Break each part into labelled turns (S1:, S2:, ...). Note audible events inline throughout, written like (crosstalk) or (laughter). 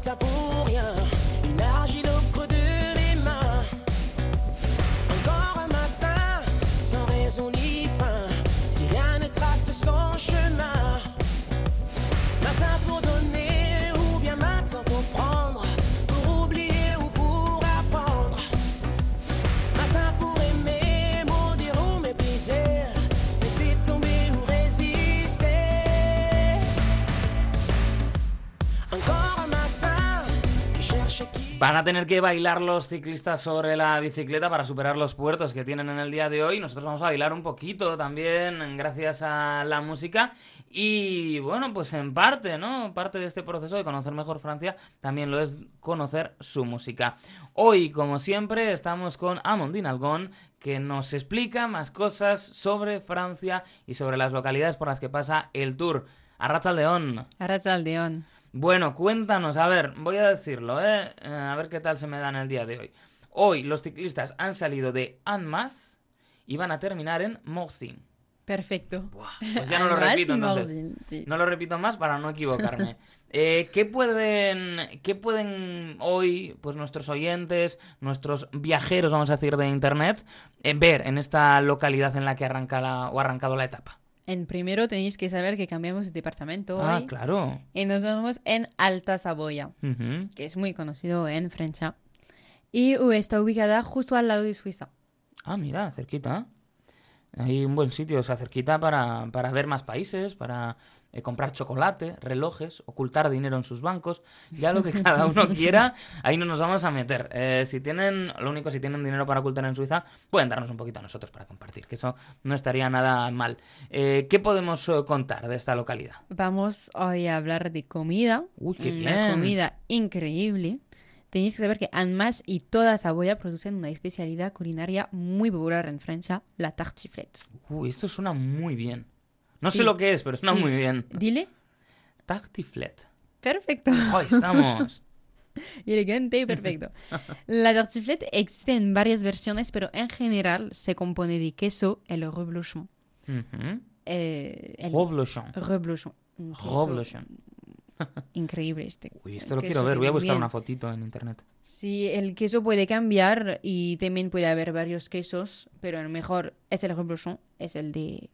S1: ça pour rien. Une argile au creux de mes mains. Encore un matin, sans raison ni fin. Si rien ne trace son chemin. Matin pour donner ou bien matin pour prendre. Pour oublier ou pour apprendre. Matin pour aimer, maudire ou mépriser. Laisser tomber ou résister. Encore un matin, tu cherches qui.
S2: Van a tener que bailar los ciclistas sobre la bicicleta para superar los puertos que tienen en el día de hoy. Nosotros vamos a bailar un poquito también gracias a la música. Y bueno, pues en parte, ¿no? Parte de este proceso de conocer mejor Francia también lo es conocer su música. Hoy, como siempre, estamos con Amondine Algón, que nos explica más cosas sobre Francia y sobre las localidades por las que pasa el tour. Arracha León.
S3: Arratsaldeon.
S2: Bueno, cuéntanos, a ver, voy a decirlo, ¿eh? Eh, A ver qué tal se me da en el día de hoy. Hoy los ciclistas han salido de Anmas y van a terminar en Morzin.
S3: Perfecto.
S2: Buah, pues
S3: (laughs)
S2: ya no lo
S3: Además,
S2: repito entonces.
S3: Morzin, sí.
S2: No lo repito más para no equivocarme. Eh, ¿qué, pueden, ¿Qué pueden hoy pues nuestros oyentes, nuestros viajeros, vamos a decir, de internet, eh, ver en esta localidad en la que arranca la, o ha arrancado la etapa?
S3: En primero tenéis que saber que cambiamos de departamento
S2: Ah,
S3: hoy
S2: claro.
S3: y nos vamos en Alta Saboya,
S2: Ujú.
S3: que es muy conocido en Francia. Y uh, está ubicada justo al lado de Suiza.
S2: Ah, mira, cerquita. Hay un buen sitio, o sea, cerquita para, para ver más países, para eh, comprar chocolate, relojes, ocultar dinero en sus bancos, ya
S3: (laughs)
S2: lo que cada uno quiera, ahí no nos vamos a meter. Eh, si tienen, lo único, si tienen dinero para ocultar en Suiza, pueden darnos un poquito a nosotros para compartir, que eso no estaría nada mal. Eh, ¿Qué podemos eh, contar de esta localidad?
S3: Vamos hoy a hablar de comida.
S2: Uy, qué
S3: una
S2: bien.
S3: comida increíble. Tenéis que saber que Anmas y toda Saboya producen una especialidad culinaria muy popular en Francia, la tarte chiflette.
S2: Uy, esto suena muy bien. No sé
S3: Sí.
S2: lo que es, pero suena
S3: Sí.
S2: muy bien.
S3: Dile,
S2: Tartiflette.
S3: perfecto.
S2: ¡Ahí
S3: (laughs)
S2: estamos!
S3: Elegante y perfecto. La tartiflette existe en varias versiones, pero en general se compone de queso, el reblochon.
S2: Ujú.
S3: Eh, el
S2: Reblochon.
S3: reblochon. Un queso
S2: Reblochon.
S3: Increíble este.
S2: Uy, esto lo
S3: queso
S2: quiero ver,
S3: que
S2: voy a
S3: muy
S2: buscar
S3: bien.
S2: una fotito en internet.
S3: Sí, el queso puede cambiar y también puede haber varios quesos, pero el mejor es el reblochon, es el de...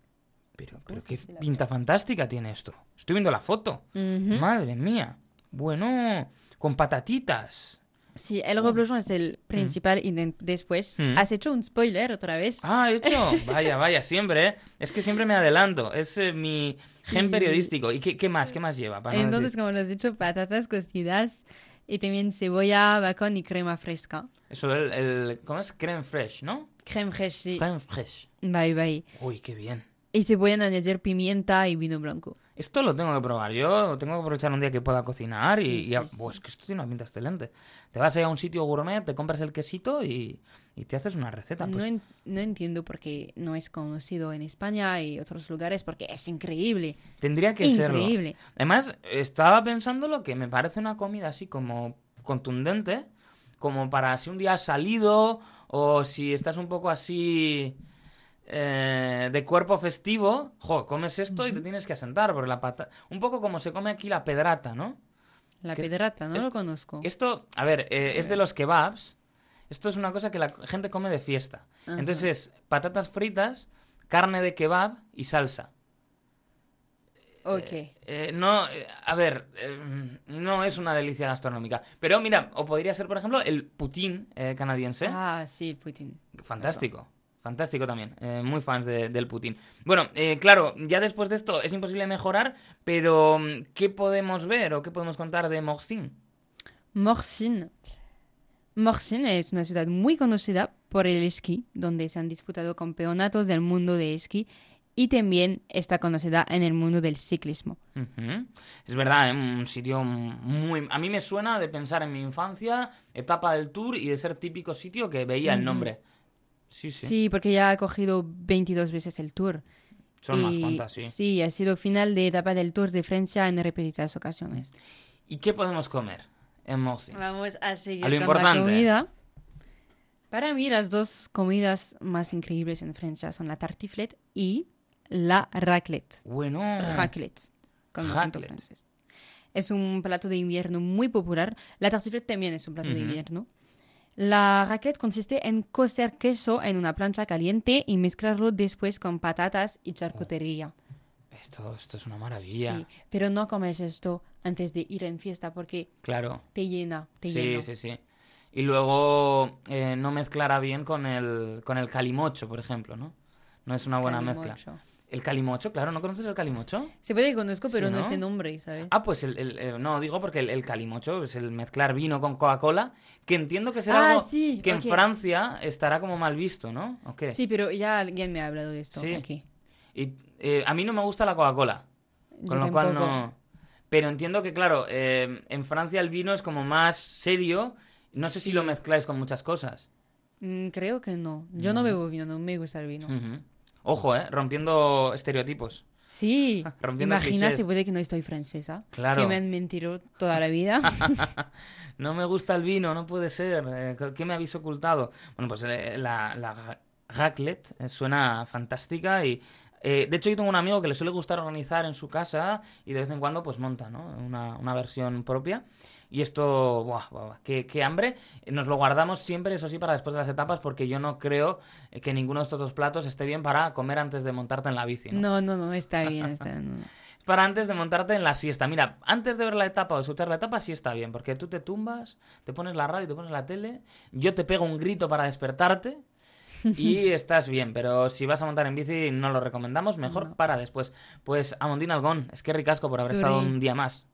S2: Pero,
S3: ¿Cómo
S2: pero
S3: se
S2: qué
S3: dice la
S2: pinta fantástica tiene esto. Estoy viendo la foto.
S3: Ujú.
S2: Madre mía. Bueno, con patatitas.
S3: Sí, el reblochon es el principal y de- después...
S2: Mm.
S3: Has hecho un spoiler otra vez.
S2: Ah, he
S3: (laughs)
S2: hecho. Vaya, vaya, siempre, ¿eh? Es que siempre me adelanto. Es eh, mi gen
S3: Sí.
S2: periodístico. ¿Y qué, qué más? ¿Qué más lleva? Para no
S3: Entonces,
S2: decir-
S3: como les he dicho, patatas cocidas y también cebolla, bacon y crema fresca.
S2: Eso, el, el- ¿Cómo es? Creme fresh, ¿no?
S3: Crème fraîche, sí.
S2: Creme fresh.
S3: Bye, bye.
S2: Uy, qué bien.
S3: Y se pueden añadir pimienta y vino blanco.
S2: Esto lo tengo que probar. Yo tengo que aprovechar un día que pueda cocinar y-
S3: Sí,
S2: y...
S3: sí,
S2: a-
S3: sí.
S2: Buah, es que esto tiene una pinta excelente. Te vas ahí a un sitio gourmet, te compras el quesito y, y te haces una receta.
S3: No,
S2: pues.
S3: en- no entiendo por qué no es conocido en España y otros lugares, porque es increíble.
S2: Tendría que serlo.
S3: increíble.
S2: Además, estaba pensando lo que me parece una comida así como contundente, como para si un día has salido o si estás un poco así eh, de cuerpo festivo, jo, comes esto y te tienes que asentar porque la pata... Un poco como se come aquí la pedrata, ¿no?
S3: La
S2: Que es-
S3: pedrata, no
S2: es-
S3: lo conozco.
S2: Esto, a ver, eh, es de los kebabs. Esto es una cosa que la gente come de fiesta.
S3: Ajá.
S2: Entonces es patatas fritas, carne de kebab y salsa.
S3: ok.
S2: Eh, no, eh, a ver, eh, no es una delicia gastronómica. Pero mira, o podría ser, por ejemplo, el putín eh, canadiense.
S3: Ah, sí, Putin.
S2: Fantástico. Fantástico también. Eh, muy fans de- del Putin. Bueno, eh, claro, ya después de esto es imposible mejorar, pero mm, ¿qué podemos ver o qué podemos contar de Morsin?
S3: Morsin. Morsin es una ciudad muy conocida por el esquí, donde se han disputado campeonatos del mundo de esquí y también está conocida en el mundo del ciclismo.
S2: Ujú. Es verdad, ¿eh? un sitio muy... A mí me suena de pensar en mi infancia, etapa del tour y de ser típico sitio que veía el nombre. Sí, sí.
S3: Sí, porque ya ha cogido 22 veces el Tour.
S2: Son más
S3: Y
S2: cuantas, sí.
S3: ha sido final de etapa del Tour de Francia en repetidas ocasiones.
S2: ¿Y qué podemos comer en Morzin?
S3: Vamos a seguir
S2: A lo
S3: con
S2: importante.
S3: la comida. Para mí las dos comidas más increíbles en Francia son la tartiflette y la raclette.
S2: Bueno,
S3: Raclette, con acento
S2: Ah. Raclette.
S3: francés. Es un plato de invierno muy popular. La tartiflette también es un plato de
S2: Ujú.
S3: invierno. La raclette consiste en cocer queso en una plancha caliente y mezclarlo después con patatas y charcutería.
S2: Esto, esto es una maravilla.
S3: Sí, pero no comes esto antes de ir en fiesta porque
S2: Claro.
S3: te llena, te
S2: Sí,
S3: llena.
S2: sí, sí. Y luego eh, no mezclará bien con el, con el calimocho, por ejemplo, ¿no? No es una buena mezcla.
S3: Calimocho.
S2: El calimocho, claro, ¿no conoces el calimocho?
S3: Se puede que conozco, pero
S2: Sí,
S3: no,
S2: ¿no?
S3: este nombre, ¿sabes?
S2: Ah, pues el, el- eh, no, digo porque el, el calimocho es el mezclar vino con Coca-Cola, que entiendo que será
S3: Ah,
S2: algo
S3: sí,
S2: que
S3: ok.
S2: en Francia estará como mal visto, ¿no? ¿O qué?
S3: Sí, pero ya alguien me ha hablado de esto
S2: Sí.
S3: aquí.
S2: Y eh, a mí no me gusta la Coca-Cola,
S3: Yo
S2: con lo cual
S3: tampoco.
S2: no... Pero entiendo que, claro, eh, en Francia el vino es como más serio, no sé si
S3: Sí.
S2: lo mezcláis con muchas cosas.
S3: Mm, creo que no. Yo
S2: Mm.
S3: no bebo vino, no me gusta el vino.
S2: Ujú. Ojo, ¿eh? Rompiendo estereotipos.
S3: Sí,
S2: (laughs) Rompiendo
S3: imagina
S2: clichés.
S3: si puede que no estoy francesa.
S2: Claro.
S3: Que me han mentido toda
S2: (laughs)
S3: la vida.
S2: No me gusta el vino, no puede ser. eh, ¿qué- ¿Qué me habéis ocultado? Bueno, pues eh, la, la ra- raclette eh, suena fantástica y... eh, de hecho, yo tengo un amigo que le suele gustar organizar en su casa y de vez en cuando pues monta ¿no? una, una versión propia. Y esto, ¡buah! buah, buah, qué, qué hambre! Nos lo guardamos siempre, eso sí, para después de las etapas porque yo no creo eh, que ninguno de estos dos platos esté bien para comer antes de montarte en la bici. ¿no?
S3: No, no, no, está bien. Está, no.
S2: para antes de montarte en la siesta. Mira, antes de ver la etapa o escuchar la etapa, sí está bien, porque tú te tumbas, te pones la radio, te pones la tele, yo te pego un grito para despertarte y estás bien. Pero si vas a montar en bici, no lo recomendamos, mejor
S3: No.
S2: para después. Pues, Amondín Algón, es que ricasco por haber estado
S3: Zuri.
S2: un día más.